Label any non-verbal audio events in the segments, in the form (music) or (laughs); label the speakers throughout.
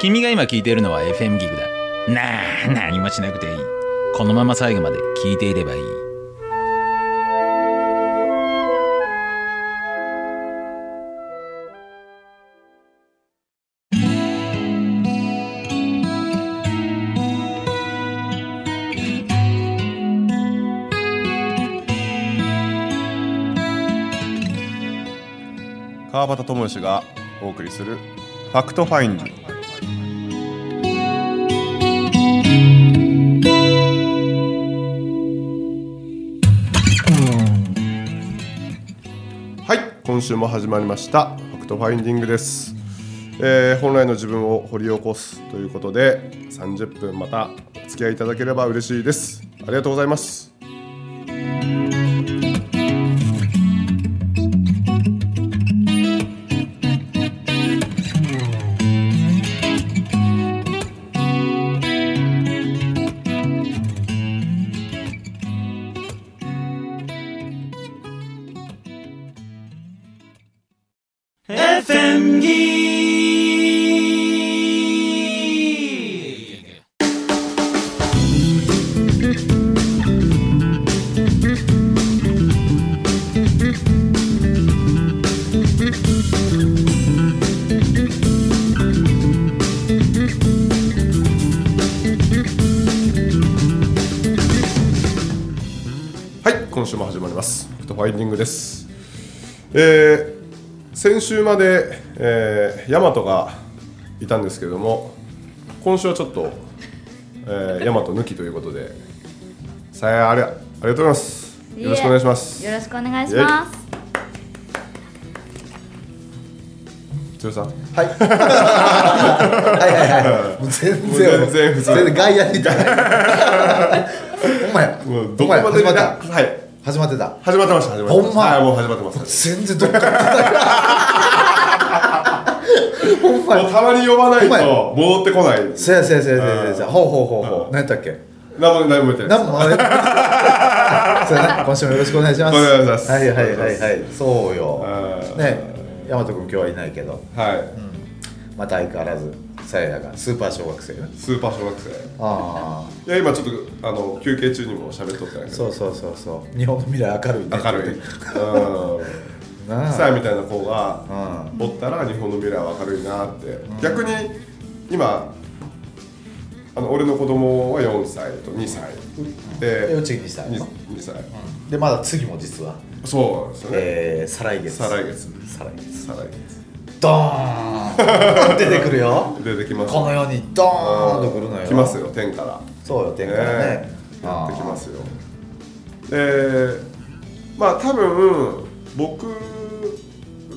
Speaker 1: 君が今聞いているのは FM ギグだ。なあ、何もしなくていい。このまま最後まで聞いていればいい。
Speaker 2: 川端智義がお送りするファクトファインディはい今週も始まりましたファクトファインディングです、えー本来の自分を掘り起こすということで30分またお付き合いいただければ嬉しいですありがとうございますはい今週も始まりますファクトファインディングですえー先週まで、えー、ヤマトがいたんですけれども今週はちょっと、えー、ヤマト抜きということでさああれありがとうございますよろしくお願いします
Speaker 3: よろしくお願いします
Speaker 2: 剛さん
Speaker 4: はい。はいはいはい。もう全然。
Speaker 2: もう全然普通
Speaker 4: 全然外野みたいな。ほんまや。
Speaker 2: もうど
Speaker 4: ほん
Speaker 2: こ
Speaker 4: まや
Speaker 2: まで
Speaker 4: 始まっ
Speaker 2: だ
Speaker 4: た。
Speaker 2: はい
Speaker 4: 始まってた。
Speaker 2: 始まってました始まってま
Speaker 4: ほ
Speaker 2: し
Speaker 4: ん
Speaker 2: た
Speaker 4: ま
Speaker 2: はいもう始まってます
Speaker 4: 全然どっか行ってた。ほん
Speaker 2: も
Speaker 4: ま
Speaker 2: う
Speaker 4: や。
Speaker 2: たまに呼ばない
Speaker 4: ほんまや
Speaker 2: と戻ってこない
Speaker 4: せやせやせやせやせや。ほうほうほう
Speaker 2: う
Speaker 4: ほ
Speaker 2: ん
Speaker 4: う。何やったっけ。
Speaker 2: 何も何も言ってない
Speaker 4: 何もあれ。そうやな。今週もよろしくお願いします。
Speaker 2: お願いします
Speaker 4: はいはいはいはい。そうよ
Speaker 2: う。ん
Speaker 4: ね。大和君今日はいないけど、
Speaker 2: はい
Speaker 4: また相変わらずさやがスーパー小学生な。
Speaker 2: スーパー小学生
Speaker 4: ああ。
Speaker 2: いや今ちょっとあの休憩中にも喋っとったんやけど
Speaker 4: そうそうそうそう。日本の未来明るいね。
Speaker 2: 明るい、うん、
Speaker 4: なあ。
Speaker 2: さあみたいな子が
Speaker 4: う
Speaker 2: おったら日本の未来は明るいなって、逆に今あの俺の子供は4歳と2歳
Speaker 4: で、
Speaker 2: で
Speaker 4: うちにしたい
Speaker 2: 2,
Speaker 4: の。
Speaker 2: 歳、
Speaker 4: で、まだ次も実は、
Speaker 2: そうなんですよね、
Speaker 4: えー、再来月。
Speaker 2: 再来月
Speaker 4: 再来月。
Speaker 2: 再来 (laughs)
Speaker 4: ドーン出てくるよ。
Speaker 2: 月出てきました
Speaker 4: この世にドーンとくるのよ。
Speaker 2: 来ます。よ天から
Speaker 4: そうよ、天からね。。
Speaker 2: やってきますすよでまあ多分僕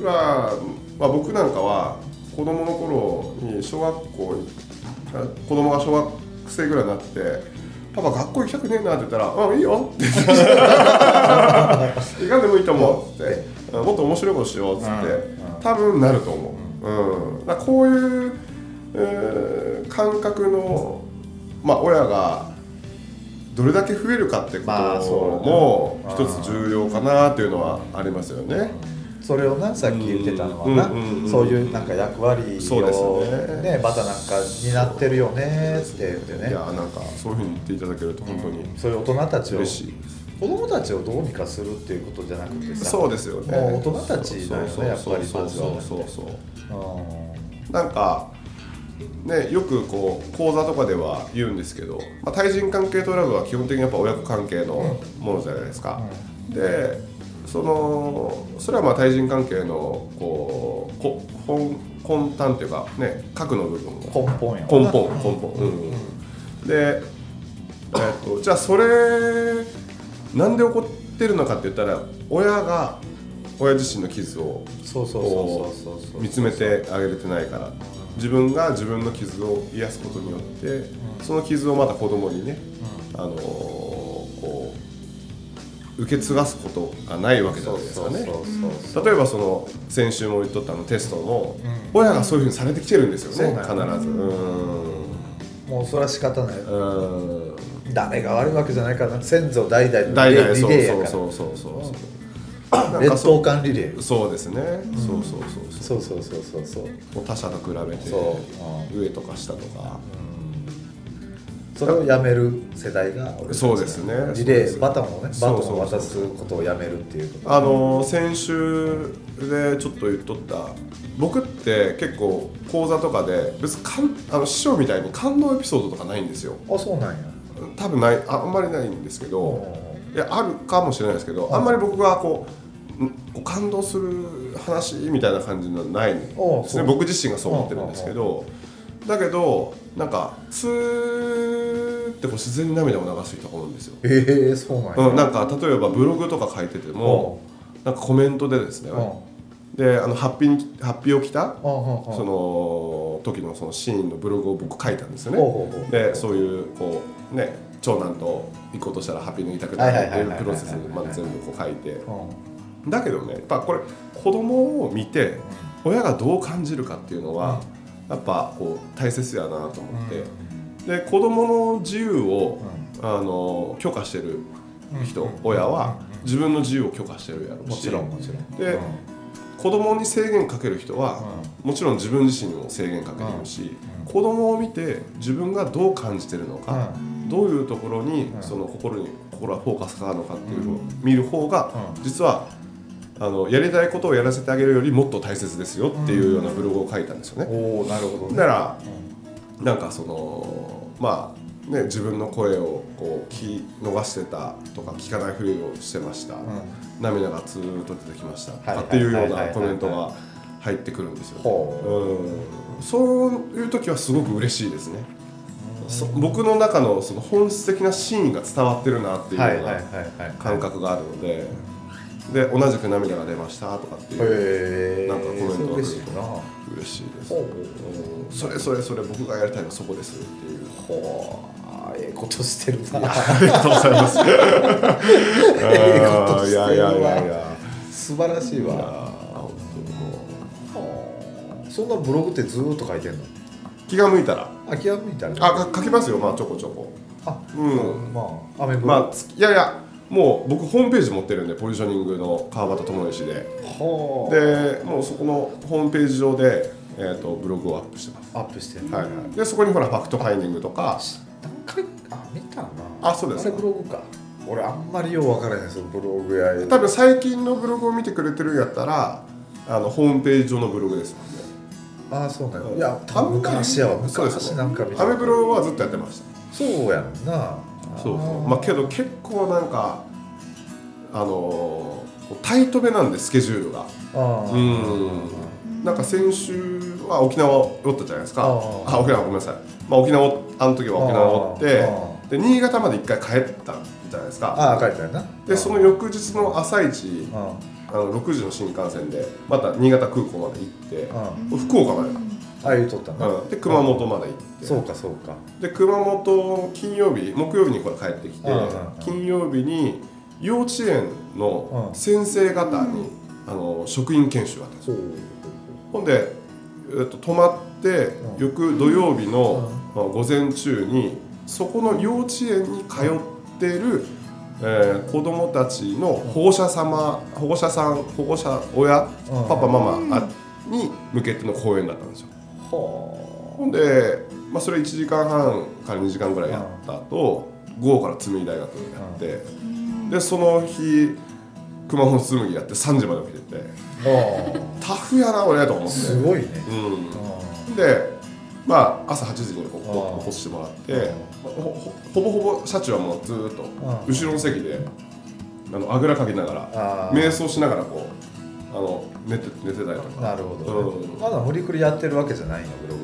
Speaker 2: ら、まあ、僕なんかは子供の頃に小学校にあ子供が小学生ぐらいになって「パパ学校行きたくねえな」って言ったら「あいいよ」
Speaker 4: (laughs)
Speaker 2: って言ってましたいかんでもいいと思う」っつって「もっと面白いことしよう」っつって多分なると思う、うん、だからこういうえー感覚のまあ親がどれだけ増えるかってこと
Speaker 4: まあ
Speaker 2: も
Speaker 4: そうだ
Speaker 2: 一
Speaker 4: ね
Speaker 2: つ重要かなっていうのはありますよね。
Speaker 4: それをな、さっき言ってたのはな、
Speaker 2: うんうんうんうん
Speaker 4: そういうなんか役割
Speaker 2: そうですよ
Speaker 4: を
Speaker 2: ね
Speaker 4: ねバタなんかになってるよねって言って
Speaker 2: い
Speaker 4: ね
Speaker 2: や。なんかそういうふうに言っていただけると本当に
Speaker 4: そういう大人たちを
Speaker 2: 嬉しい。
Speaker 4: 子供たちをどうにかするっていうことじゃなくてさ。
Speaker 2: そうですよね。
Speaker 4: もう大人たちだよね
Speaker 2: そう
Speaker 4: やっぱり
Speaker 2: そうそうそうそう
Speaker 4: うん。
Speaker 2: なんかねよくこう講座とかでは言うんですけど、まあ、対人関係トラブルは基本的にやっぱ親子関係のものじゃないですか。でそのそれはまあ対人関係のこうこ本根端というかね核の部分が
Speaker 4: 根本やもん
Speaker 2: 根
Speaker 4: な
Speaker 2: 本根本、うんで、えっと、じゃあそれなんで起こってるのかって言ったら親が親自身の傷を
Speaker 4: そうそう
Speaker 2: こ
Speaker 4: そうそうそうそう
Speaker 2: 見つめてあげれてないから自分が自分の傷を癒すことによってその傷をまた子供にね、あのーこう受け継がすことがないわけじゃないですかね。
Speaker 4: そうそうそう
Speaker 2: 例えばその先週も言っとったあのテストの親がそういうふうにされてきてるんですよね、
Speaker 4: そうだ
Speaker 2: 必ずう
Speaker 4: もうそれは仕方ない
Speaker 2: ーんう
Speaker 4: 誰が悪いわけじゃないからな先祖代々
Speaker 2: ーん
Speaker 4: の
Speaker 2: 代々
Speaker 4: リ
Speaker 2: そう
Speaker 4: レー
Speaker 2: そ
Speaker 4: やか
Speaker 2: う
Speaker 4: ら
Speaker 2: そうそうそうそうなんかそ
Speaker 4: 列島
Speaker 2: う
Speaker 4: 管理令
Speaker 2: そうですね、そうそうそうそう
Speaker 4: そうそうそうそうそう
Speaker 2: もう他社と比べて
Speaker 4: そう
Speaker 2: 上とか下とか、
Speaker 4: それをやめる世代が俺たち
Speaker 2: そうですね
Speaker 4: リレーバトンをねバ
Speaker 2: そう
Speaker 4: ト
Speaker 2: そう
Speaker 4: ン
Speaker 2: そう
Speaker 4: を渡すことをやめるっていうこと
Speaker 2: あの先週でちょっと言っとった僕って結構講座とかで別にかんあの師匠みたいに感動エピソードとかないんですよ
Speaker 4: あそうなんや
Speaker 2: 多分ないああんまりないんですけど
Speaker 4: う
Speaker 2: いやあるかもしれないですけど
Speaker 4: はい
Speaker 2: あんまり僕がこうんこう感動する話みたいな感じのないん
Speaker 4: おう
Speaker 2: ですね
Speaker 4: そう
Speaker 2: 僕自身がそう思ってるんですけどだけどなんかツーってこう自然に涙を流す人が多いんですよ、
Speaker 4: んええそうなんや
Speaker 2: うん、なんか例えばブログとか書いててもなんかコメントでですね
Speaker 4: うんうん
Speaker 2: であのハッピーにハッピーを着た
Speaker 4: うんうん
Speaker 2: その時のそのシーンのブログを僕書いたんですよ
Speaker 4: ほ
Speaker 2: ね
Speaker 4: うほうほう
Speaker 2: でそういうこうね長男と行こうとしたらハッピーの痛くなるっていうプロセスまで全部こう書いて
Speaker 4: うん
Speaker 2: だけどねやっぱこれ子供を見て親がどう感じるかっていうのはやっぱこう大切やなと思ってで子供の自由をあの許可してる人親は自分の自由を許可してるやろうし
Speaker 4: もちろんもちろん
Speaker 2: で
Speaker 4: うん
Speaker 2: 子供に制限かける人は、もちろん自分自身にも制限かけてるし、子供を見て自分がどう感じてるのか、どういうところに、
Speaker 4: ん
Speaker 2: その心に心はフォーカスがあるのかっていうのを見る方が、
Speaker 4: う
Speaker 2: 実はあのやりたいことをやらせてあげるよりもっと大切ですよっていうようなブログを書いたんですよね。
Speaker 4: おおなるほどね
Speaker 2: だからなんかそのまあね自分の声をこう聞き逃してたとか聞かないふりをしてました。
Speaker 4: うん
Speaker 2: 涙がツーッと出てきましたと
Speaker 4: はい
Speaker 2: かっていうよう
Speaker 4: はいはい
Speaker 2: な
Speaker 4: はい
Speaker 2: コメントが入ってくるんですよ、
Speaker 4: ほ
Speaker 2: うん、そういう時はすごく嬉しいですねそ僕の中のその本質的な真意が伝わってるなってい
Speaker 4: う
Speaker 2: うよ
Speaker 4: はいうはいはい
Speaker 2: な
Speaker 4: はい
Speaker 2: 感覚があるのでで同じく涙が出ましたとかっていう
Speaker 4: へえ
Speaker 2: なんかコメントが
Speaker 4: 嬉しいな
Speaker 2: 嬉しいです、
Speaker 4: ほ
Speaker 2: うん、
Speaker 4: う
Speaker 2: それそれそれ僕がやりたいのはそこですっていう
Speaker 4: ほうええことしてるな
Speaker 2: ありがとうご (laughs) ざいますあ
Speaker 4: ええこと
Speaker 2: ーい
Speaker 4: してるわ
Speaker 2: やいやいやいや
Speaker 4: 素晴らしい
Speaker 2: いや
Speaker 4: わ
Speaker 2: 本当にも
Speaker 4: ほうそんなブログってずーっと書いてんの
Speaker 2: う気が向いたら
Speaker 4: あきらめたら
Speaker 2: あか書きますよまあちょこちょこ
Speaker 4: あ
Speaker 2: うん
Speaker 4: まあ雨ブロ
Speaker 2: まあ
Speaker 4: グ
Speaker 2: ついやいやもう僕ホームページ持ってるんでポジショニングの川端智之で
Speaker 4: ほう
Speaker 2: でもうそこのホームページ上で、えー、とブログをアップしてます、
Speaker 4: アップしてる
Speaker 2: はいはい、でそこにほらファクトファインディングとか
Speaker 4: 何回あ見たな
Speaker 2: あそうです
Speaker 4: あれブログか俺あんまりよう分からへんですよブログや
Speaker 2: 多分最近のブログを見てくれてるんやったらあのホームページ上のブログですもんね
Speaker 4: ああそうなん
Speaker 2: う
Speaker 4: や
Speaker 2: ん
Speaker 4: いや多分昔やわ
Speaker 2: そうです
Speaker 4: 昔
Speaker 2: ね
Speaker 4: なんか見た
Speaker 2: アメブロはずっとやってました
Speaker 4: そうやんな
Speaker 2: そうそう
Speaker 4: ー
Speaker 2: まあけど結構なんかあのータイトめなんでスケジュールが
Speaker 4: あー
Speaker 2: うんなんか先週は沖縄を寄ったじゃないですか
Speaker 4: あ
Speaker 2: あ
Speaker 4: あ
Speaker 2: 沖縄ごめんなさい、まあ、沖縄をあの時は沖縄を
Speaker 4: あ
Speaker 2: 追ってで新潟まで一回帰ったんじゃないですか
Speaker 4: ああ書いてあるな
Speaker 2: でその翌日の朝一
Speaker 4: あ
Speaker 2: あの6時の新幹線でまた新潟空港まで
Speaker 4: ー
Speaker 2: 行っ
Speaker 4: あ
Speaker 2: て福岡まで、
Speaker 4: ーああ言うとったな
Speaker 2: うん、で熊本まで行って
Speaker 4: そうかそうか
Speaker 2: で熊本金曜日木曜日にこれ帰ってきて
Speaker 4: うんうんうん
Speaker 2: 金曜日に幼稚園の先生方に、あの職員研修があったんですよ
Speaker 4: そ
Speaker 2: ほ
Speaker 4: う
Speaker 2: んで、えっと、泊まって
Speaker 4: うん
Speaker 2: 翌土曜日の、まあ午前中にそこの幼稚園に通ってる、えー子供たちの保護者様保護者さん保護者親
Speaker 4: うん
Speaker 2: パパママあに向けての講演だったんですよ。
Speaker 4: は
Speaker 2: ほんで、まあ、それ1時間半から2時間ぐらいやった後午後から紬大学やってでその日熊本紬やって3時まで起きてて
Speaker 4: ああ
Speaker 2: タフやな俺と思
Speaker 4: あ
Speaker 2: (laughs) って。
Speaker 4: すごいね
Speaker 2: うん
Speaker 4: あ
Speaker 2: でまあ朝8時にこう
Speaker 4: あー
Speaker 2: こ起こしてもらって
Speaker 4: うん
Speaker 2: まあほほほぼほぼ車中はもうずーっと
Speaker 4: ん
Speaker 2: 後ろの席であのあぐらかきながら
Speaker 4: あー
Speaker 2: 瞑想しながらこうあの寝て寝てたりとか
Speaker 4: なるほどね
Speaker 2: うん
Speaker 4: まだ無理くりやってるわけじゃないのブログ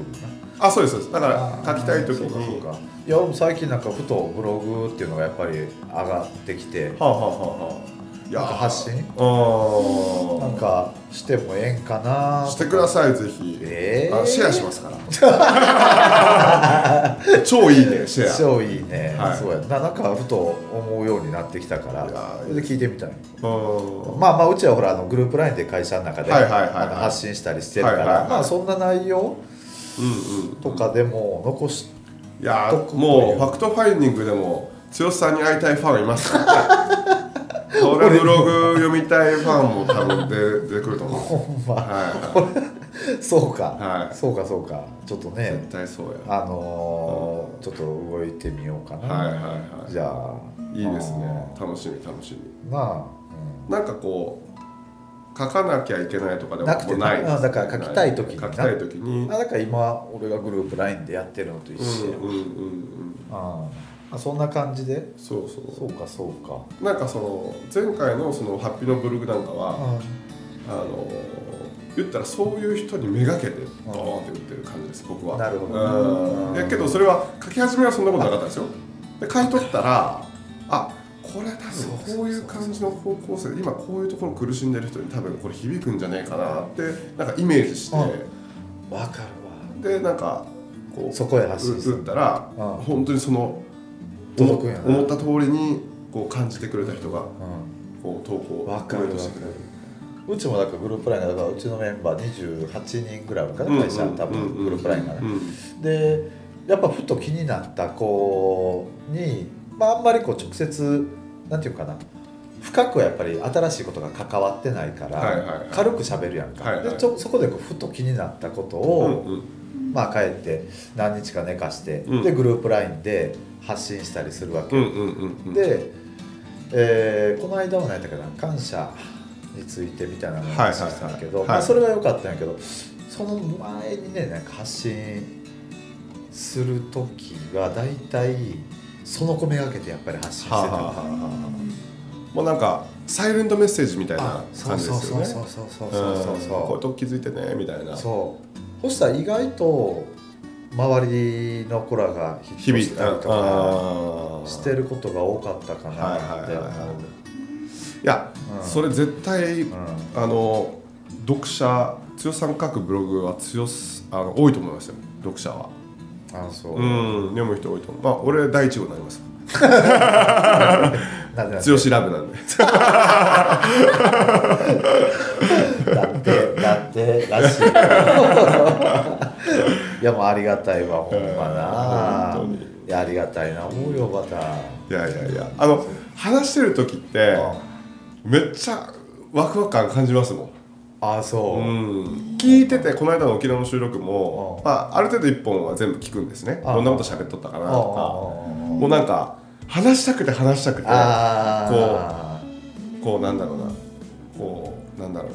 Speaker 4: な
Speaker 2: あそうですそうですだか
Speaker 4: あ
Speaker 2: ら
Speaker 4: ー
Speaker 2: 書きたい時
Speaker 4: そうかそう
Speaker 2: には
Speaker 4: かいや俺も最近なんかふとブログっていうのがやっぱり上がってきて
Speaker 2: あはあはあはあいや
Speaker 4: なんか発信
Speaker 2: あ
Speaker 4: なんかしてもええんかな
Speaker 2: してくだ
Speaker 4: さ
Speaker 2: さいぜひ、
Speaker 4: えー
Speaker 2: あシェアし
Speaker 4: (laughs)
Speaker 2: ますから超いいねシェア
Speaker 4: 超いいね、
Speaker 2: はい
Speaker 4: そうやななんかふと思うようになってきたから
Speaker 2: いやー
Speaker 4: それで聞いてみたい
Speaker 2: うん
Speaker 4: まあまあうちはほらあのグループラインで会社の中で
Speaker 2: はいはいはいはい
Speaker 4: あの発信したりしてるから、
Speaker 2: はいはいはい
Speaker 4: まあそんな内容
Speaker 2: うんうん
Speaker 4: とかでも残し、 (laughs)
Speaker 2: いや
Speaker 4: どこと
Speaker 2: ー
Speaker 4: いう
Speaker 2: も
Speaker 4: (laughs)
Speaker 2: うファクトファインディングでも剛さんに会いたいファンいますからねここれブログ読みたいファンも多分出出てくると思
Speaker 4: ほん
Speaker 2: う。
Speaker 4: ま
Speaker 2: は
Speaker 4: そうか、
Speaker 2: はい
Speaker 4: そうかそうかちょっと
Speaker 2: い。絶
Speaker 4: ね
Speaker 2: 対そうや。
Speaker 4: あのーちょっと動いてみようかな、
Speaker 2: はいはいはい。
Speaker 4: じゃあ
Speaker 2: いいですね
Speaker 4: あ。
Speaker 2: 楽しみ楽しみ。
Speaker 4: ーま
Speaker 2: なんかこう書かなきゃいけないとかでも
Speaker 4: なくて
Speaker 2: もうないですね。
Speaker 4: あだから書きたい時にな
Speaker 2: 書きたい時
Speaker 4: あ、う
Speaker 2: に
Speaker 4: ん、。あだから今俺がグループ LINE でやってるのと一
Speaker 2: うん
Speaker 4: 緒や、
Speaker 2: うんうんうん。
Speaker 4: あーあそんな感じで
Speaker 2: そうそう。
Speaker 4: そうかそうか
Speaker 2: なんかその前回のそのハッピーのブログなんかは、
Speaker 4: あ
Speaker 2: あの言ったらそういう人にめがけてドーンって打ってる感じです僕は
Speaker 4: なるほ
Speaker 2: うん
Speaker 4: ど
Speaker 2: いやけどそれは書き始めはそんなことなかったんですよで書い取ったらあこれ多分こういう感じの方向性で今こういうところ苦しんでる人に多分これ響くんじゃねえかなってなんかイメージして
Speaker 4: ーわかる
Speaker 2: でなんかこ
Speaker 4: わ
Speaker 2: う
Speaker 4: そこへ発信す
Speaker 2: 打っ
Speaker 4: る
Speaker 2: たら
Speaker 4: うん
Speaker 2: 本当にその
Speaker 4: 届くんやな
Speaker 2: 思った通りにこう感じてくれた人がこう投稿
Speaker 4: わかる
Speaker 2: コメントしてくれる
Speaker 4: うん、うちもなんかグループ LINE がだからうちのメンバー28人ぐらいあるか
Speaker 2: うん
Speaker 4: な会社多分グループ LINE がね
Speaker 2: うんうん
Speaker 4: でやっぱふと気になった子に、まあ、あんまりこう直接なんていうかな深くはやっぱり新しいことが関わってないから、
Speaker 2: はいはいはい
Speaker 4: 軽く喋るやんか、
Speaker 2: はいはい
Speaker 4: でちょそこでこうふと気になったことを、まあ、帰って何日か寝かして、
Speaker 2: うん
Speaker 4: でグループ LINE で発信したりするわけ、
Speaker 2: うんうんうんうん
Speaker 4: で、えーこの間も何やったかな感謝についてみたいなのを話したんやけど、
Speaker 2: はいはいはいはい
Speaker 4: まあ、それは良かったんやけどその前にねなんか発信する時は大体その子めがけてやっぱり発信してた
Speaker 2: はあはあはあもうなんかサイレントメッセージみたいな
Speaker 4: あそ
Speaker 2: 感
Speaker 4: う
Speaker 2: じ
Speaker 4: そ
Speaker 2: で
Speaker 4: う
Speaker 2: すよ
Speaker 4: そう
Speaker 2: ね
Speaker 4: そうそうそうそう
Speaker 2: うんこういう
Speaker 4: そ
Speaker 2: とこ気づいてねみたいな
Speaker 4: うそうそしたら意外と周りの子らが
Speaker 2: 日
Speaker 4: 響
Speaker 2: 々
Speaker 4: いたりとか
Speaker 2: あー
Speaker 4: してることが多かったかなっ
Speaker 2: はいはいは
Speaker 4: て
Speaker 2: い
Speaker 4: 思
Speaker 2: はいいや、
Speaker 4: うん
Speaker 2: それ絶対、
Speaker 4: ううん
Speaker 2: あの読者剛さん書くブログは強すあの多いと思いますよ読者は
Speaker 4: あのそう、
Speaker 2: うん読む人多いと思うまあ俺第一号になり
Speaker 4: (laughs)
Speaker 2: ます
Speaker 4: なんでなんで
Speaker 2: 強しラブ
Speaker 4: (laughs)
Speaker 2: なんで
Speaker 4: だってだって
Speaker 2: (laughs)
Speaker 4: らしいよいやもうありがたいわほんまな、
Speaker 2: うん本当に
Speaker 4: いやありがたいな思うよまた
Speaker 2: いやいやいやあの話してる時ってめっちゃワクワク感感じますもん
Speaker 4: あそう、
Speaker 2: うん聞いててこの間の沖縄の収録も、
Speaker 4: うん
Speaker 2: まあ、ある程度1本は全部聞くんですね
Speaker 4: うん
Speaker 2: どんなこと喋っとったかな
Speaker 4: あ
Speaker 2: とかもうなんか話したくて話したくて
Speaker 4: ああ
Speaker 2: こうなんだろうなこうなんだろ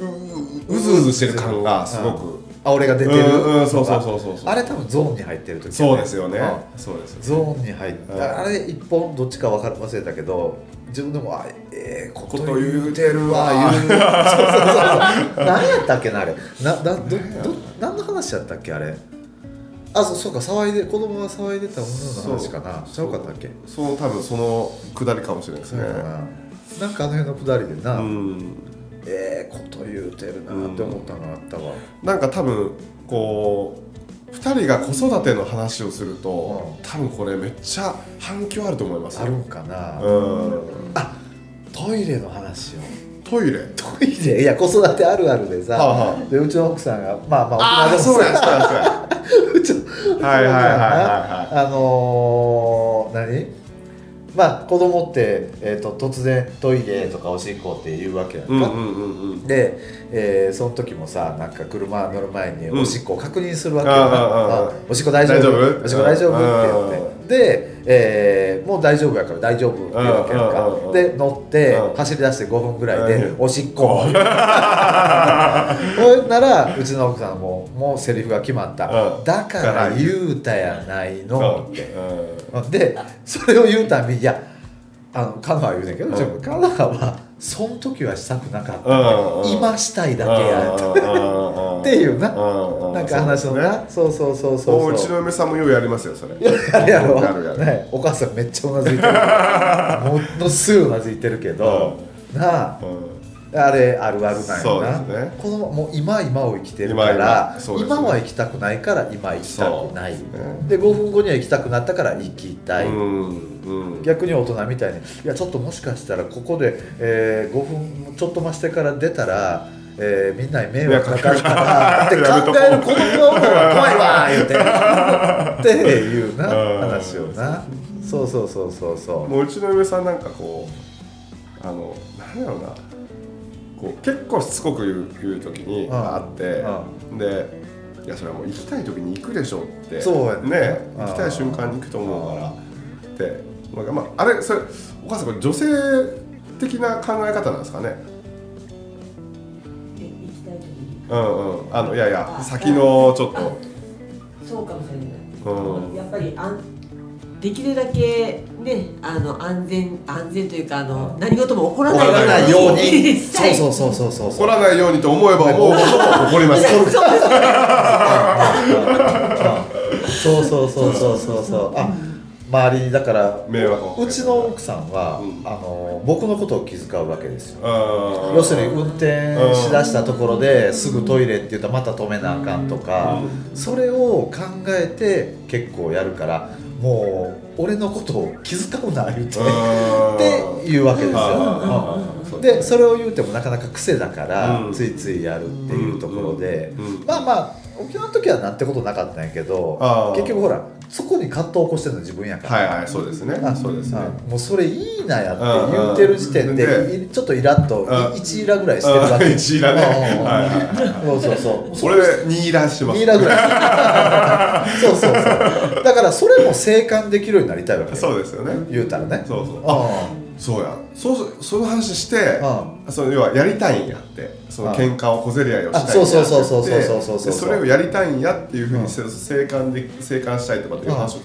Speaker 2: ううううずうずしてる感がすごく
Speaker 4: あ俺が出てる
Speaker 2: うんうんそうそうそうそうそう
Speaker 4: あれ多分ゾーンに入ってる時、ね、
Speaker 2: そうですよね
Speaker 4: あ
Speaker 2: そうですよね
Speaker 4: ゾーンに入って、
Speaker 2: うん
Speaker 4: あれ一本どっちか分か忘れたけど自分でもあええこ
Speaker 2: こ
Speaker 4: と
Speaker 2: と言
Speaker 4: 言
Speaker 2: う
Speaker 4: う
Speaker 2: て
Speaker 4: て
Speaker 2: る
Speaker 4: る
Speaker 2: わ
Speaker 4: わ言うそう (laughs) そうそうそう何やったっけなあれななどど何の話やったっけあれあそうそうか騒いで子供が騒いでたものの話かなちゃうかったっけ
Speaker 2: その多分そのくだりかもしれないです
Speaker 4: そう
Speaker 2: ね
Speaker 4: やななんかあの辺のくだりでな、
Speaker 2: うん
Speaker 4: ええこと言うてるなって思ったのあったわ、
Speaker 2: なんか多分こう2人が子育ての話をすると、
Speaker 4: う
Speaker 2: 多分これめっちゃ反響あると思います
Speaker 4: あるんかな、
Speaker 2: うん
Speaker 4: あトイレの話を
Speaker 2: トイレ
Speaker 4: トイレいや子育てあるあるでさ、
Speaker 2: はあは
Speaker 4: でうちの奥さんがまあまあ
Speaker 2: ああ
Speaker 4: 沖縄でも
Speaker 2: そうやそうやそうや
Speaker 4: うちの
Speaker 2: はいはいはいはい
Speaker 4: あのー、何まあ子供って、えー、と突然トイレとかおしっこって言うわけやんか、
Speaker 2: うんうんうんうん
Speaker 4: で、えーその時もさなんか車乗る前に
Speaker 2: うん
Speaker 4: おしっこを確認するわけ
Speaker 2: あ
Speaker 4: よ、
Speaker 2: あああああ
Speaker 4: あおしっこ大丈夫
Speaker 2: 大丈夫
Speaker 4: おしっこ大丈夫
Speaker 2: うん
Speaker 4: って言ってで、えーもう大丈夫やから大丈夫って言うわけやん
Speaker 2: うんうんうんうん
Speaker 4: かで乗って
Speaker 2: うん
Speaker 4: 走り出して5分ぐらいで
Speaker 2: うん
Speaker 4: おしっこほんならうちの奥さんももうセリフが決まった
Speaker 2: うん
Speaker 4: だから言うたやないのって
Speaker 2: うん
Speaker 4: でそれを言うたびにいやあのカナは言うねんけど、
Speaker 2: うん
Speaker 4: でもカナはその時はしたくなかった、
Speaker 2: うんうん
Speaker 4: 今したいだけやと
Speaker 2: っ
Speaker 4: っていうなな
Speaker 2: なん
Speaker 4: か話のなそうそうそう
Speaker 2: も
Speaker 4: そうう
Speaker 2: うち
Speaker 4: そう
Speaker 2: の嫁さんもようやりますよそれ
Speaker 4: やるやろ
Speaker 2: やるやる
Speaker 4: ね、お母さんめっちゃうなずいてるものすごいうなずいてるけど、なあ
Speaker 2: う
Speaker 4: あれあるあるなん
Speaker 2: そう
Speaker 4: や
Speaker 2: で
Speaker 4: な、
Speaker 2: すね
Speaker 4: 子供もう今今を生きてるから
Speaker 2: 今今
Speaker 4: 今
Speaker 2: そうですね
Speaker 4: は行きたくないから今行きたくない
Speaker 2: そう
Speaker 4: で,、
Speaker 2: ですね
Speaker 4: 5分後には行きたくなったから行きたい、
Speaker 2: んうん
Speaker 4: 逆に大人みたいにいやちょっともしかしたらここで、えー5分ちょっと増してから出たら、えーみんなに迷惑かかるからって
Speaker 2: 迷惑か
Speaker 4: 考
Speaker 2: かる
Speaker 4: える子供の方が怖いわ言うてっていうな
Speaker 2: うん
Speaker 4: 話をなそうそうそうそうそう
Speaker 2: もううちの嫁さんなんかこうあのなんやろうなこう結構しつこく言う言う時に
Speaker 4: うん
Speaker 2: あって
Speaker 4: う
Speaker 2: でいやそれはもう行きたい時に行くでしょって
Speaker 4: そうやね
Speaker 2: ね行きたい瞬間に行くと思うからってなんか、まあ、あれそれお母さんこれ女性的な考え方なんですかね
Speaker 3: で行きたい時に
Speaker 2: うんうんあのいやいや
Speaker 3: あ
Speaker 2: 先のちょっと
Speaker 3: そうかもしれない、
Speaker 2: うん
Speaker 3: やっぱりあんできるだけねあの安全安全というかあの何事も起こらない
Speaker 2: 起こらないよう
Speaker 4: に
Speaker 3: した
Speaker 4: そ
Speaker 3: いう
Speaker 4: そうそうそうそう
Speaker 2: 怒らないようにと思えば思うほど怒り
Speaker 4: (laughs)
Speaker 2: ます
Speaker 3: そうです
Speaker 4: そうそうそうそうそうそうあ周りにだから
Speaker 2: 迷惑をかけ
Speaker 4: う
Speaker 2: て
Speaker 4: ちの奥さんは、
Speaker 2: うん
Speaker 4: あの僕のことを気遣うわけですよ
Speaker 2: うん
Speaker 4: 要するに運転しだしたところですぐトイレって言ったらまた止めなあかんとかそれを考えて結構やるからもう俺のことを気遣うな言うてっていうわけですよ
Speaker 2: う
Speaker 4: うん
Speaker 2: ん
Speaker 4: でそれを言うてもなかなか癖だから、
Speaker 2: うん
Speaker 4: ついついやるっていうところで、
Speaker 2: うんうん
Speaker 4: まあまあ沖縄の時はなんてことなかったんやけど
Speaker 2: あー
Speaker 4: 結局ほらそこに葛藤を起こしてるの自分やから、
Speaker 2: はいはいそうですね
Speaker 4: あ
Speaker 2: そうですね
Speaker 4: あもうそれいいなやって言うてる時点
Speaker 2: うんうん
Speaker 4: でいちょっとイラッと
Speaker 2: うん
Speaker 4: 1イラぐらいしてるわけ
Speaker 2: うん (laughs) 一イラね
Speaker 4: うん
Speaker 2: はいはい
Speaker 4: そうそうそう
Speaker 2: それにイラします
Speaker 4: 2イラぐらい (laughs) そうそうそうだからそれも生還できるようになりたいわけ
Speaker 2: そうですよね
Speaker 4: 言うたらね
Speaker 2: そうそう
Speaker 4: あ
Speaker 2: そうやそうそうその話して
Speaker 4: あ
Speaker 2: その要はやりたいんやってその喧嘩を小競り合いをしたいんやって
Speaker 4: あそうそうそうそうそうそうそうそう
Speaker 2: でそれをやりたいんやっていうふうにせ生還で生還したいとかっていう話をした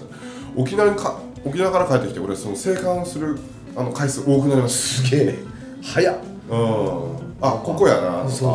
Speaker 2: 沖縄にか沖縄から帰ってきて俺その生還するあの回数多くなりまし
Speaker 4: すげえ早っ
Speaker 2: たうんあここやなとか
Speaker 4: そうそう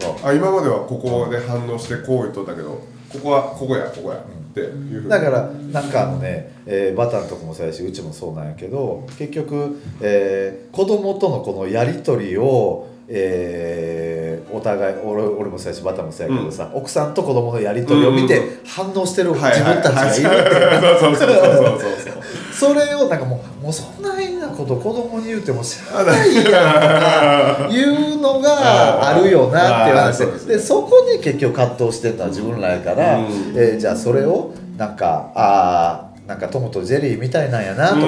Speaker 4: そうそう
Speaker 2: あ今まではここで反応してこう言っとったけどここはここやここやっていうふうに
Speaker 4: だからなんかあのね、えーバタンとかもそうやしうちもそうなんやけど結局、えー子供とのこのやり取りを、えーお互い俺俺もそうやしバタンもそうやけどさ、奥さんと子供のやり取りを見
Speaker 2: うん
Speaker 4: て反応してる
Speaker 2: はい
Speaker 4: 自分たちがいるっていう
Speaker 2: はい (laughs) はいそうそうそうそうそうそう
Speaker 4: それをなんかもうもうそんな変なこと子供に言うてもしゃあないやんとかいう
Speaker 2: (laughs)
Speaker 4: のがあるよなっていう話
Speaker 2: あーそうです
Speaker 4: で
Speaker 2: ね
Speaker 4: でそこに結局葛藤してるのは自分らやから、
Speaker 2: うん
Speaker 4: えーじゃあそれをなんかあーなんかトムとジェリーみたいなんやなと
Speaker 2: う
Speaker 4: か、
Speaker 2: ん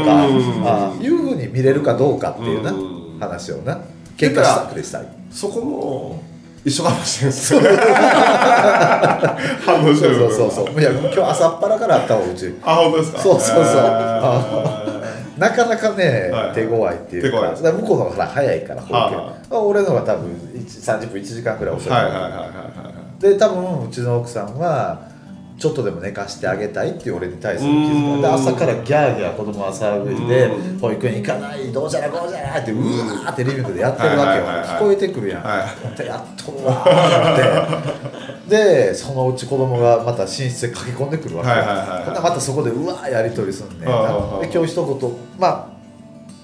Speaker 4: あーいうふうに見れるかどうかっていうな、
Speaker 2: うん
Speaker 4: 話をな結果したくでしたい。
Speaker 2: そこも一緒かもしれんすよね (laughs)
Speaker 4: (laughs)
Speaker 2: 反応して
Speaker 4: そう
Speaker 2: る
Speaker 4: そうそうそういや今日朝っぱらからあったわうち
Speaker 2: あ本当ですか
Speaker 4: そうそうそう
Speaker 2: へー
Speaker 4: なかなかね、
Speaker 2: はい
Speaker 4: 手強いっていうか
Speaker 2: 手強い
Speaker 4: だから向こうの方が早いから保
Speaker 2: はい
Speaker 4: 険、俺の方が多分1 30分1時間くらい遅い、
Speaker 2: はいはいはいはいはい
Speaker 4: で多分うちの奥さんはちょっとでも寝かしてあげたいっていう俺に対する気
Speaker 2: う
Speaker 4: づ
Speaker 2: ん
Speaker 4: きで朝からギャーギャー子供は騒いで
Speaker 2: う
Speaker 4: 保育園行かないどうじゃらこうじゃらってうわーってリビングでやってるわけよ
Speaker 2: はいはいはいはい
Speaker 4: 聞こえてくるやん、
Speaker 2: は
Speaker 4: やっとるわーってでそのうち子供がまた寝室へ駆け込んでくるわけよ、
Speaker 2: はいはいはいはい
Speaker 4: ほんならまたそこでうわーやり取りすんねん
Speaker 2: はいはいはいは
Speaker 4: ないで今日一言まあ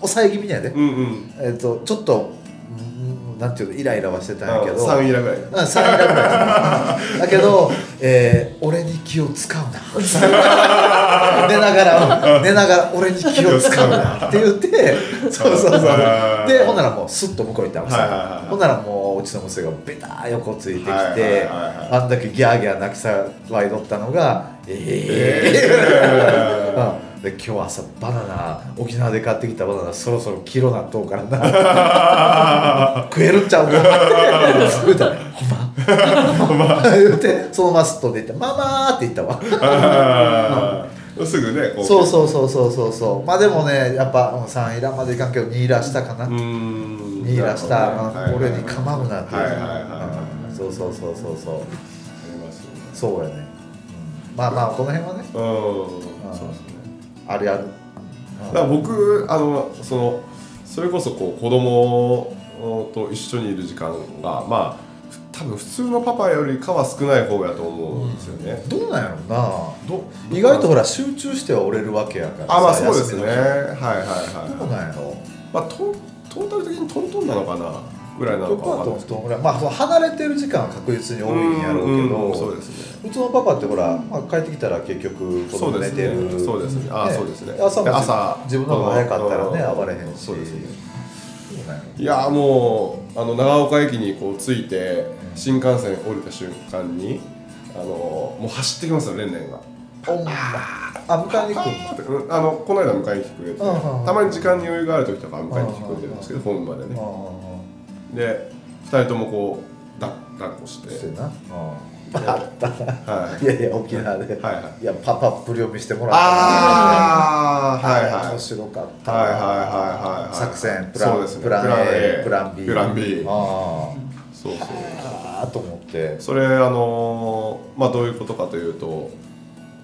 Speaker 4: 抑え気味にやで、
Speaker 2: うんうん
Speaker 4: えっとちょっとうんなんていうのイライラはしてたんやけど
Speaker 2: 3イラぐ
Speaker 4: (laughs)
Speaker 2: らい
Speaker 4: うん、3位だっただけど、えー俺に気を使うな寝ながら寝ながら俺に気を使うなって言ってそうそうそうでほんならもうスッと向こう行った奥さん
Speaker 2: は
Speaker 4: が、
Speaker 2: いはいはいはい
Speaker 4: ほんならもううちの娘がベター横ついてきて、
Speaker 2: はいはいはいはい
Speaker 4: あんだけギャーギャー泣き騒いどったのがええ
Speaker 2: え
Speaker 4: ー
Speaker 2: ー
Speaker 4: うんで今日朝バナナ沖縄で買ってきたバナナそろそろキロなっとうからな
Speaker 2: (laughs)
Speaker 4: 食えるんちゃうかって言うたら「ほんま」ほんま言うてそのままスッと出て「ママ」って言ったわ
Speaker 2: あーすぐねこ
Speaker 4: そうそうそうそうそうそうまあでもねやっぱうん3イラまでいかんけど2イラしたかな、
Speaker 2: うーん
Speaker 4: 2イラした、
Speaker 2: なるほどね
Speaker 4: あ俺に構うなっていう、
Speaker 2: はいはいはいはい
Speaker 4: うんそうそうそうそうそう
Speaker 2: ありますよね
Speaker 4: そうやね、うんまあまあこの辺はね
Speaker 2: うんそうですね
Speaker 4: あれある
Speaker 2: だから僕あのそのそれこそこう子供と一緒にいる時間がまあふ多分普通のパパよりかは少ない方やと思うんですよね。
Speaker 4: どうなんやろうな
Speaker 2: ど
Speaker 4: 意外とほら集中しては折れるわけやから
Speaker 2: あまあ
Speaker 4: さ
Speaker 2: そうですね。
Speaker 4: 休
Speaker 2: は
Speaker 4: み
Speaker 2: い
Speaker 4: の
Speaker 2: はい
Speaker 4: 日どう
Speaker 2: は
Speaker 4: なんやろ
Speaker 2: い。まあトトータル的にトントンなのかなぐらいなの
Speaker 4: 僕
Speaker 2: かわ
Speaker 4: は
Speaker 2: かんない
Speaker 4: ど
Speaker 2: です
Speaker 4: んどんぐらいまあその離れてる時間は確実に多いんやろうけど
Speaker 2: んんそうですね。
Speaker 4: うちのパパってほら、まあ、帰ってきたら結局子
Speaker 2: そ
Speaker 4: 供
Speaker 2: うで
Speaker 4: 寝
Speaker 2: す
Speaker 4: てる
Speaker 2: ね。そうですね。あそうですね。
Speaker 4: 朝
Speaker 2: で
Speaker 4: も自分の方が早かったらね
Speaker 2: うん
Speaker 4: 暴れへんし
Speaker 2: そうですね。
Speaker 4: どうなんやろ
Speaker 2: いやーもうあの長岡駅にこう着いて新幹線降りた瞬間にあのもう走ってきますよレンレンが
Speaker 4: おんまあ迎えに来る
Speaker 2: あーってうんあのこの間迎えに来てくれて
Speaker 4: うんうんうん
Speaker 2: たまに時間に余裕がある時とか迎えに来てくれてるんですけどホームまでね
Speaker 4: の
Speaker 2: で2人ともこうだ抱っこして
Speaker 4: あしてなあ
Speaker 2: は
Speaker 4: ーいやいや沖縄で、
Speaker 2: いはいはい
Speaker 4: い、やパパプリを見せてもらった
Speaker 2: ああ
Speaker 4: は
Speaker 2: はいい
Speaker 4: は
Speaker 2: はいい
Speaker 4: 面白かった
Speaker 2: はいはいはいはいはい
Speaker 4: 作戦プラ
Speaker 2: そう
Speaker 4: ン、
Speaker 2: ですね
Speaker 4: プラン
Speaker 2: プラン
Speaker 4: A
Speaker 2: A
Speaker 4: プラン B
Speaker 2: プラン B
Speaker 4: あ
Speaker 2: そうそう
Speaker 4: ーあーと思って
Speaker 2: それあのーまあどういうことかというと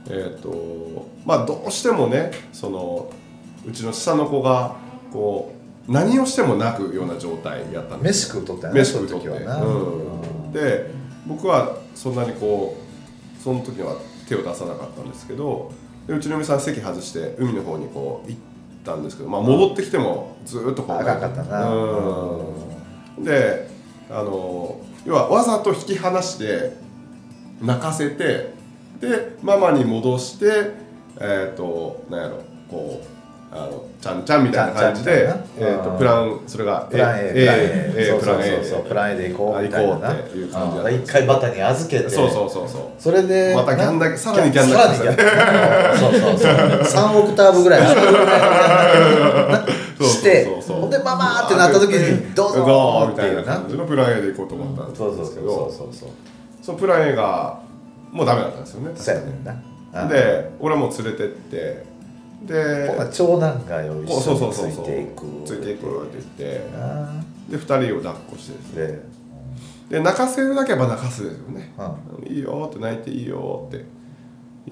Speaker 2: えっ、とまあどうしてもねそのうちの下の子がこう何をしても泣くような状態やったんです
Speaker 4: 飯食うとったよ
Speaker 2: 飯食うとって
Speaker 4: その時はな、
Speaker 2: うん、で僕はそんなにこうその時は手を出さなかったんですけどでうちの嫁さん席外して海の方にこう行ったんですけど、まあ、戻ってきてもずーっとこう
Speaker 4: 赤かったな、
Speaker 2: うん、であの要はわざと引き離して泣かせてでママに戻してえっ、となんやろこうあのちゃんちゃんみたいな感じ
Speaker 4: ち
Speaker 2: で
Speaker 4: ゃんちゃんみ、たい
Speaker 2: え
Speaker 4: な
Speaker 2: ー、とプランそれが
Speaker 4: プラン A プラン A,
Speaker 2: A
Speaker 4: そう
Speaker 2: プラ
Speaker 4: そ
Speaker 2: ン
Speaker 4: う
Speaker 2: A
Speaker 4: そうそうプラン A で行こうみたいなな
Speaker 2: 行こうっていう感じだ
Speaker 4: あー一回バタに預けて
Speaker 2: そうそうそうそう
Speaker 4: それで
Speaker 2: またギャンだけさらにギャンだけ
Speaker 4: さらにギャンそうそうそう3オクターブぐらい
Speaker 2: そうそうそう
Speaker 4: して
Speaker 2: そうそう
Speaker 4: ほんでママーってなった時にどう
Speaker 2: ど
Speaker 4: ぞ
Speaker 2: う
Speaker 4: ーっ
Speaker 2: み
Speaker 4: て
Speaker 2: たい
Speaker 4: い
Speaker 2: な
Speaker 4: うな
Speaker 2: 感じのプラン A で行こうと思ったんですけ
Speaker 4: そ
Speaker 2: ど
Speaker 4: うそうそうそうそうそう
Speaker 2: そのプラン A がもうダメだったんですよね
Speaker 4: そうやねんなうん
Speaker 2: で俺はもう連れてってで
Speaker 4: ほな長男がよ一
Speaker 2: こうそ
Speaker 4: 緒
Speaker 2: うそ
Speaker 4: に
Speaker 2: う
Speaker 4: つ
Speaker 2: そうそ
Speaker 4: い
Speaker 2: う
Speaker 4: ていく
Speaker 2: ついていくって言って
Speaker 4: な
Speaker 2: で2人を抱っこしてですね
Speaker 4: で、うん
Speaker 2: で泣かせるだけは泣かすですよねいいよって泣いていいよって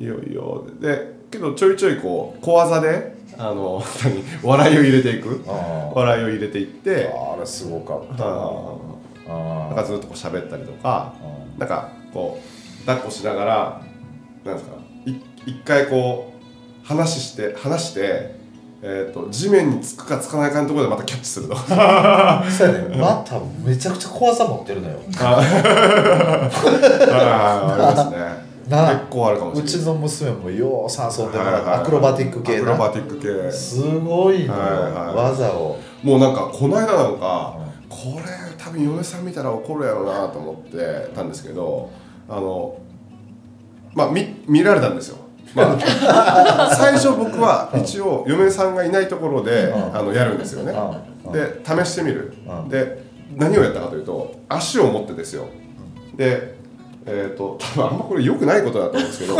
Speaker 2: いいよいいよってでけどちょいちょいこう小技であの (laughs) 何笑いを入れていく
Speaker 4: あー
Speaker 2: 笑いを入れていって
Speaker 4: あれすごかった
Speaker 2: は
Speaker 4: あ
Speaker 2: なん
Speaker 4: ー
Speaker 2: かずっとこう喋ったりとか
Speaker 4: うん
Speaker 2: なんかこう抱っこしながらなんですかい一回こう話して話して、えー、と地面につくかつかないかのところでまたキャッチすると
Speaker 4: そうやねまためちゃくちゃ怖さ持ってるのよ
Speaker 2: あありますね
Speaker 4: な
Speaker 2: 結構あるかもし
Speaker 4: う
Speaker 2: れな
Speaker 4: ち
Speaker 2: い
Speaker 4: の娘もようさ遊んでも
Speaker 2: はい
Speaker 4: ら
Speaker 2: は
Speaker 4: っ
Speaker 2: いはい
Speaker 4: たアクロバティック系
Speaker 2: アクロバ
Speaker 4: な
Speaker 2: ティック系
Speaker 4: すごいのよ
Speaker 2: はいはい
Speaker 4: 技を
Speaker 2: もうなんかこの間なんか、これ多分嫁さん見たら怒るやろうなと思ってたんですけどあのまあ見見られたんですよ、ま
Speaker 4: (laughs)
Speaker 2: あ、最初僕は一応嫁さんがいないところで、
Speaker 4: うん
Speaker 2: あのやるんですよね、
Speaker 4: うん
Speaker 2: で試してみる、
Speaker 4: うん
Speaker 2: で何をやったかというと足を持ってですよでえー、と多分あんまこれ良くないことだと思うんですけ
Speaker 4: (laughs)
Speaker 2: ど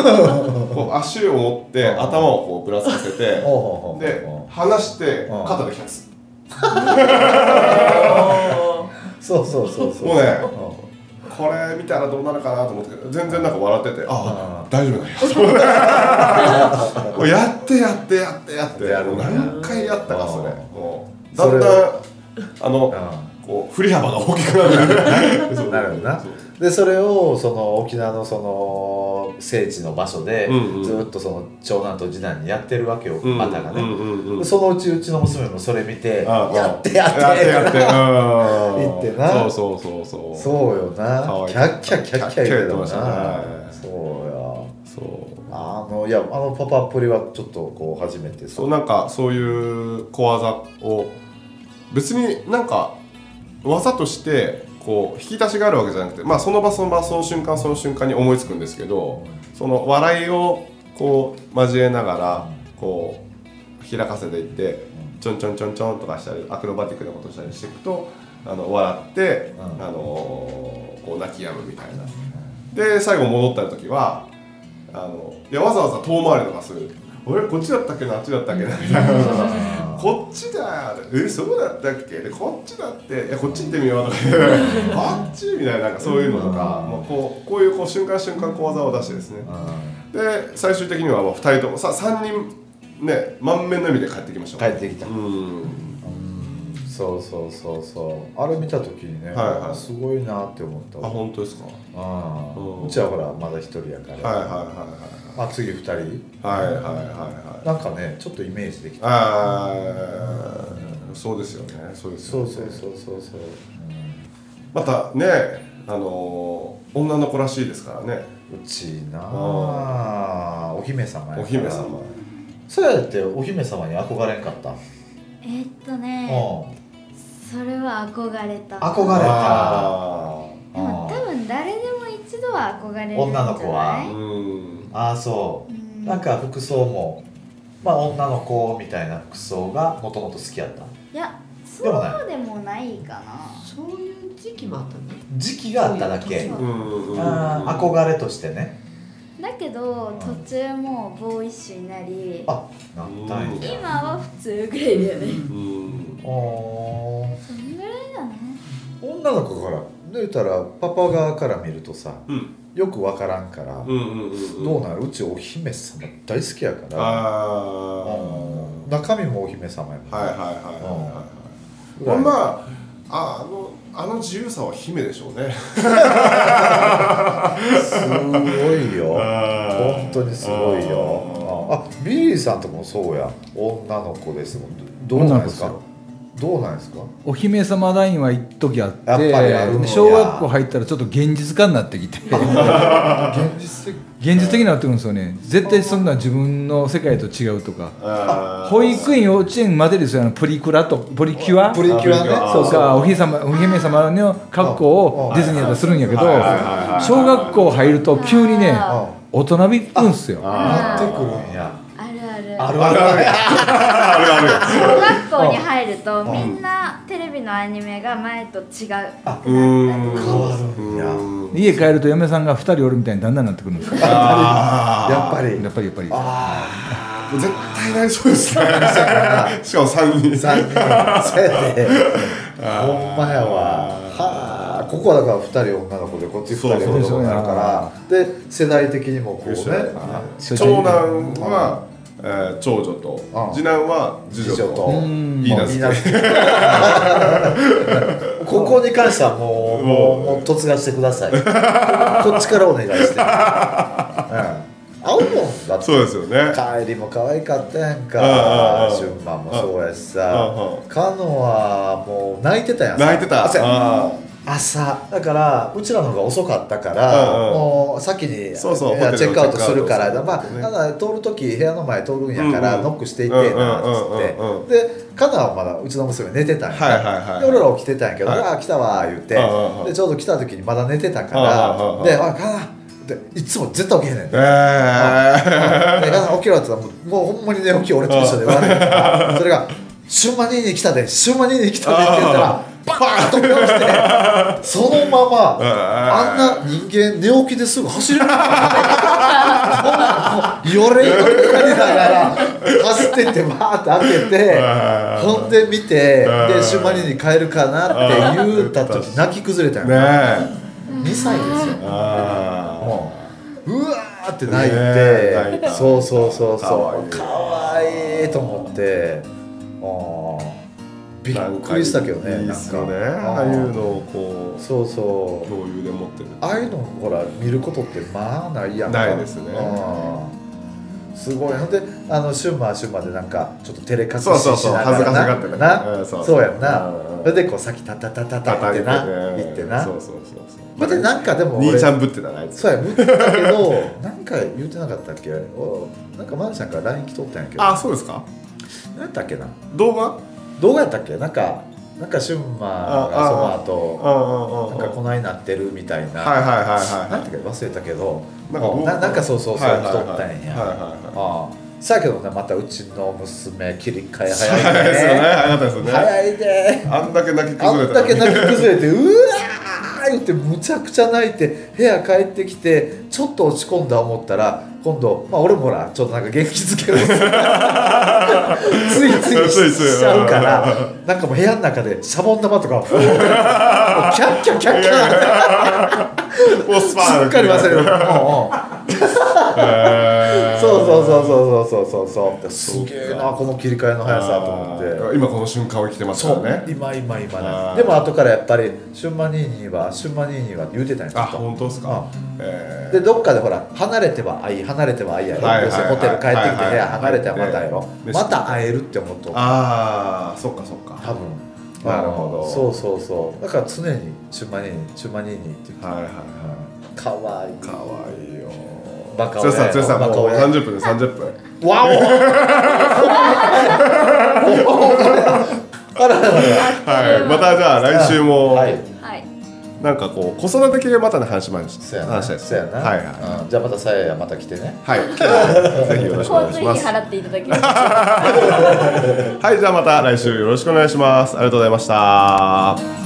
Speaker 2: こう足を持って頭をこうぶらさせて
Speaker 4: ほうほうほう
Speaker 2: で
Speaker 4: ほ
Speaker 2: 離して
Speaker 4: うん
Speaker 2: 肩でキャッチ
Speaker 4: うそうそうそうそう
Speaker 2: もうね
Speaker 4: うん
Speaker 2: これ見たらどうなるかなと思ったけど全然なんか笑っててああ大丈夫 (laughs) だよもうやってやってやってやって
Speaker 4: やるな
Speaker 2: 何回やったかそれ
Speaker 4: うん
Speaker 2: もうだ
Speaker 4: それ
Speaker 2: んだんあのこう振り幅が大きくなる
Speaker 4: うんなるほどなでそれをその沖縄のその聖地の場所で
Speaker 2: うんうん
Speaker 4: ずっとその長男と次男にやってるわけよ
Speaker 2: うん
Speaker 4: またが
Speaker 2: う
Speaker 4: ね
Speaker 2: んうんうん
Speaker 4: でそのうちうちの娘もそれ見て
Speaker 2: ああ
Speaker 4: やってやって
Speaker 2: やってやって (laughs) うん
Speaker 4: 言ってな
Speaker 2: そうそうそうそう
Speaker 4: そうよな
Speaker 2: かわいい
Speaker 4: キャッキャキャッキャ言ってたもん
Speaker 2: キャッキャ言って
Speaker 4: な
Speaker 2: まし
Speaker 4: そうや
Speaker 2: そう
Speaker 4: あのいやあのパパっぷりはちょっとこう初めて
Speaker 2: そうなんかそういう小技を別になんか技としてこう引き出しがあるわけじゃなくてまあその場その場その瞬間その瞬間に思いつくんですけどその笑いをこう交えながらこう開かせていってちょんちょんちょんちょんとかしたりアクロバティックなことしたりしていくとあの笑って、
Speaker 4: うん
Speaker 2: あのーこう泣き止むみたいな。で最後戻った時はあのいやわざわざ遠回りとかする俺こっちだったっけなあっちだったっけなみたいなこっちだえそうだったっけでこっちだっていやこっち行ってみよう
Speaker 4: (laughs)
Speaker 2: とかあっちみたいななんかそういうのとか、
Speaker 4: うん
Speaker 2: もうこうこういうこう瞬間瞬間小技を出してですね
Speaker 4: うん
Speaker 2: で最終的にはもう2人ともさ3人ね満面の笑みで帰ってきました
Speaker 4: 帰ってきた
Speaker 2: うん
Speaker 4: そうそうそうそうあれ見た時にね、
Speaker 2: はいはい
Speaker 4: すごいなって思った
Speaker 2: あ本当ですか
Speaker 4: あ
Speaker 2: うん
Speaker 4: うちはほらまだ一人やから、
Speaker 2: はいはい
Speaker 4: まあ、次二人
Speaker 2: はいはいはいはいはいはい
Speaker 4: なんかねちょっとイメージできた
Speaker 2: あーそうですよねそうです
Speaker 4: そ
Speaker 2: よ
Speaker 4: う
Speaker 2: ね
Speaker 4: そうそうそうそう、
Speaker 2: またねあのー女の子らしいですからね
Speaker 4: うんうちなあお姫様やから
Speaker 2: お姫様
Speaker 4: そうやってお姫様に憧れんかった、
Speaker 5: えーっと
Speaker 4: うん
Speaker 5: ね
Speaker 4: 憧
Speaker 5: それは憧れた
Speaker 4: れた
Speaker 2: あ
Speaker 5: でも多分誰でも一度は憧れるんじゃない
Speaker 4: 女の子は
Speaker 2: ーうん
Speaker 4: ああそううなんか服装もまあ女の子みたいな服装がもともと好きやった
Speaker 5: いや
Speaker 4: でもない
Speaker 5: そうでもないかな
Speaker 3: そういう時期もあったの
Speaker 4: 時期があっただけ
Speaker 5: そう
Speaker 2: うんうんうん
Speaker 4: あー憧れとしてね
Speaker 5: だけど途中もうボーイッシュになり
Speaker 4: あなったん
Speaker 5: 今
Speaker 4: や
Speaker 5: は普通ぐらいだよね
Speaker 2: うん
Speaker 4: おー
Speaker 5: そんぐらいだね
Speaker 4: 女の子から言うたらパパ側から見るとさ
Speaker 2: うん
Speaker 4: よく分からんから、
Speaker 2: うんうんうん
Speaker 4: ど
Speaker 2: う
Speaker 4: うんなるうちお姫様大好きやから
Speaker 2: あ
Speaker 4: うん
Speaker 2: あ
Speaker 4: 中身もお姫様やもん
Speaker 2: はいはいはいはいはい
Speaker 4: ぐ
Speaker 2: ほ
Speaker 4: らい
Speaker 2: んまああのあの自由さは姫でしょうね
Speaker 4: すごいよ
Speaker 2: あー
Speaker 4: 本当にすごいよあビリーさんとかもそうや女の子ですもんどうなんです
Speaker 6: 女
Speaker 4: か
Speaker 6: の
Speaker 4: どうなんですか
Speaker 6: お姫様ラインは一時あっ
Speaker 4: やっぱりあるん
Speaker 6: て
Speaker 4: や
Speaker 6: 小学校入ったらちょっと現実感になってきて
Speaker 4: 現実的
Speaker 6: 現実的になってくるんですよね絶対そんな自分の世界と違うとか
Speaker 2: あー
Speaker 6: 保育園幼稚園までですよあのプリクラとプリキュア
Speaker 4: プリキュアね
Speaker 2: あ
Speaker 6: そうかお姫様お姫様の格好をディズニーだとするんやけ
Speaker 2: は
Speaker 6: ど
Speaker 2: いはいはいはい
Speaker 6: 小学校入ると急にね
Speaker 5: あ
Speaker 4: あ
Speaker 6: 大人びくんすよ
Speaker 5: あ
Speaker 4: 出
Speaker 5: ー
Speaker 4: てくるんや
Speaker 5: あるある
Speaker 4: あるあるあ
Speaker 2: あ
Speaker 4: る
Speaker 2: るある
Speaker 5: 小学校に入ると
Speaker 4: うん
Speaker 5: みんなテレビのアニメが前と違う
Speaker 4: あ
Speaker 2: うーん
Speaker 4: 変わるんや
Speaker 2: うん
Speaker 6: 家帰ると嫁さんが2人おるみたいにだんだんなってくるんですよや
Speaker 2: あー
Speaker 4: やっぱり
Speaker 6: っぱりやっぱり
Speaker 4: あ
Speaker 2: もう絶対なりそうです
Speaker 4: (laughs)
Speaker 2: ねしかも3人
Speaker 4: あ残念そうやでほんまやわはあここはだから2人女の子でこっち2
Speaker 2: そうそ
Speaker 4: 人
Speaker 2: う
Speaker 4: 男の子になるからで世代的にもこうね
Speaker 2: 一緒やな長男は、えー長女と
Speaker 4: ああ
Speaker 2: 次男は次女
Speaker 4: 次女
Speaker 2: と
Speaker 4: と
Speaker 6: うん
Speaker 2: いいな
Speaker 4: もうな (laughs) ここに関してはもうもうもう嫁がしてくださいこっちからお願い
Speaker 2: (laughs)
Speaker 4: して、うん、合うもんだって
Speaker 2: そうですよね
Speaker 4: 帰りも可愛かったや
Speaker 2: う
Speaker 4: ん
Speaker 2: んうん
Speaker 4: か
Speaker 2: うん
Speaker 4: 順番もそう
Speaker 2: う
Speaker 4: やし
Speaker 2: ん
Speaker 4: さ
Speaker 2: うん
Speaker 4: カノはもう泣いてたやん
Speaker 2: 泣いてた
Speaker 4: 朝
Speaker 2: あ
Speaker 4: 朝だからうちらの方が遅かったから、
Speaker 2: うんうん
Speaker 4: もう先に
Speaker 2: そうそう
Speaker 4: いや
Speaker 2: ホテ
Speaker 4: チ
Speaker 2: ル
Speaker 4: ェ
Speaker 2: の
Speaker 4: ックアウトするから
Speaker 2: チェックア
Speaker 4: ま
Speaker 2: ウトね
Speaker 4: あただ通る時部屋の前通るんやから、
Speaker 2: うんうん
Speaker 4: ノックしていってえなっつって、
Speaker 2: うんうんうんうん
Speaker 4: でカナはまだうちの娘寝てたんや、
Speaker 2: はいはいはい
Speaker 4: で俺ら起きてたんやけど「
Speaker 2: はい
Speaker 4: ああ来たわ」言うて、
Speaker 2: うんうんうん
Speaker 4: でちょうど来た時にまだ寝てたか
Speaker 2: うんうんうん
Speaker 4: ら「であカナ」っていつも絶対起きへんねん
Speaker 2: えー
Speaker 4: で (laughs) 起きろって言ったらもうもうほんまに寝起き俺と一緒で悪いからそれが「シューマニーに来たでシューマニーに来たで」って言ったらバーンと飛び起きてそのままあんな人間寝起きですぐ走れるの (laughs) かなよれよれになりながら走ってってバーンって開けてほんで見てでシューマニーに帰るかなって言うた時泣き崩れたよ
Speaker 2: ね
Speaker 4: 2
Speaker 2: え
Speaker 4: 歳ですよ
Speaker 2: あ
Speaker 4: もううわーって泣いて、
Speaker 2: ねえ泣いた
Speaker 4: そうそうそうそう
Speaker 2: か
Speaker 4: か
Speaker 2: わ
Speaker 4: わ
Speaker 2: いい
Speaker 4: いいと思ってあーびっくりしたけどね
Speaker 2: いい
Speaker 4: な
Speaker 2: っ
Speaker 4: ん
Speaker 2: す
Speaker 4: か
Speaker 2: よねああいうのをこう
Speaker 4: そうそう
Speaker 2: 共有で持ってる
Speaker 4: ああいうのほら見ることってまあないやんか
Speaker 2: ないですね
Speaker 4: うんすごいほんであのシュンマーシュンマーでなんかちょっと照れ隠しし
Speaker 2: そうそうそう
Speaker 4: ながら
Speaker 2: 恥
Speaker 4: な
Speaker 2: ずかしがってね
Speaker 4: な、
Speaker 2: うんそう
Speaker 4: そうやんな、
Speaker 2: うんうん
Speaker 4: それでこう先タタタタタってな言ってな
Speaker 2: そ
Speaker 4: そう
Speaker 2: そうそうそう
Speaker 4: れでなんかでも俺
Speaker 2: 兄ちゃんぶってたなあいつ
Speaker 4: そうや、ぶってたけど、 (laughs) なんか言うてなかったっけおなんかマルシャんから LINE 来とったんやけど、
Speaker 2: あそうですか
Speaker 4: 何やったっけな
Speaker 2: 動画
Speaker 4: 動画やったっけなんか、なんかシュンマーがその
Speaker 2: うん
Speaker 4: 後、
Speaker 2: うんうん
Speaker 4: な
Speaker 2: うんん
Speaker 4: かこないなってるみたいな、
Speaker 2: はいはいはいは
Speaker 4: 何やったっけ忘れたけど、
Speaker 2: いなんか動
Speaker 4: な
Speaker 2: 画
Speaker 4: なんかそうそうそう、
Speaker 2: はいはいはい
Speaker 4: 来とっ
Speaker 2: は
Speaker 4: たんや。
Speaker 2: いはいはい
Speaker 4: ああさやけどね、またうちの娘、切り替え
Speaker 2: 早いですよね早
Speaker 4: 早いね。
Speaker 2: かったですよね
Speaker 4: 早いで
Speaker 2: あんだけ泣き
Speaker 4: あ
Speaker 2: 崩
Speaker 4: ん
Speaker 2: れた
Speaker 4: だ
Speaker 2: の
Speaker 4: け
Speaker 2: に
Speaker 4: 泣き崩れてうわー言ってむちゃくちゃ泣いて部屋帰ってきてちょっと落ち込んだ思ったら今度、まあ、俺もほらちょっとなんか元気づけるついつい
Speaker 2: つい
Speaker 4: し
Speaker 2: つい
Speaker 4: ちゃうからなんかもう部屋の中でシャボン玉とかふわーってもうキャッキャキャッキャ
Speaker 2: もうスパ
Speaker 4: す
Speaker 2: ー
Speaker 4: っかり忘れるうんうんそうそうそうそうそうそうそうそうすげえなこの切り替えの速さと思って。
Speaker 2: 今この瞬間を生きてます
Speaker 4: そ
Speaker 2: か
Speaker 4: う
Speaker 2: ら
Speaker 4: ね
Speaker 2: ね
Speaker 4: 今今今
Speaker 2: あー
Speaker 4: ねでも後からやっぱり「シュンマニーニーはシュンマニーニーは」って言うてたんやず
Speaker 2: あ
Speaker 4: っと
Speaker 2: 本当ですかえ
Speaker 4: でどっかでほら離れては会い離れては会いやろ、
Speaker 2: はいはい
Speaker 4: 要するにホテル帰ってきて部屋離れてはまたやろ、
Speaker 2: はいはいはい
Speaker 4: また会えるって思っと
Speaker 2: ー
Speaker 4: った
Speaker 2: ああそっかそっか
Speaker 4: 多分
Speaker 2: なるほど
Speaker 4: うんそうそうそうだから常に「シュンマニーニーシュンマニーニー」って言って
Speaker 2: はいはいは
Speaker 4: かわいい
Speaker 2: いかわいいよ
Speaker 4: バカ
Speaker 2: 剛さん剛さんもう
Speaker 4: バカ親
Speaker 2: 30分で30分
Speaker 4: わおあららら
Speaker 2: (laughs) はいまたじゃあ来週も
Speaker 4: はい
Speaker 5: はい
Speaker 2: なんかこう子育て系またの話もあるし
Speaker 4: そうやな
Speaker 2: 話
Speaker 4: そ
Speaker 2: で
Speaker 4: う
Speaker 2: す
Speaker 4: やな、
Speaker 2: はいは
Speaker 4: うんじゃあまたさややまた来てね
Speaker 2: いはい
Speaker 5: (laughs)
Speaker 2: ぜひよろしくお願いし
Speaker 5: 交通費
Speaker 2: ます
Speaker 5: 払っていただきます。
Speaker 2: はいじゃあまた来週よろしくお願いしますありがとうございました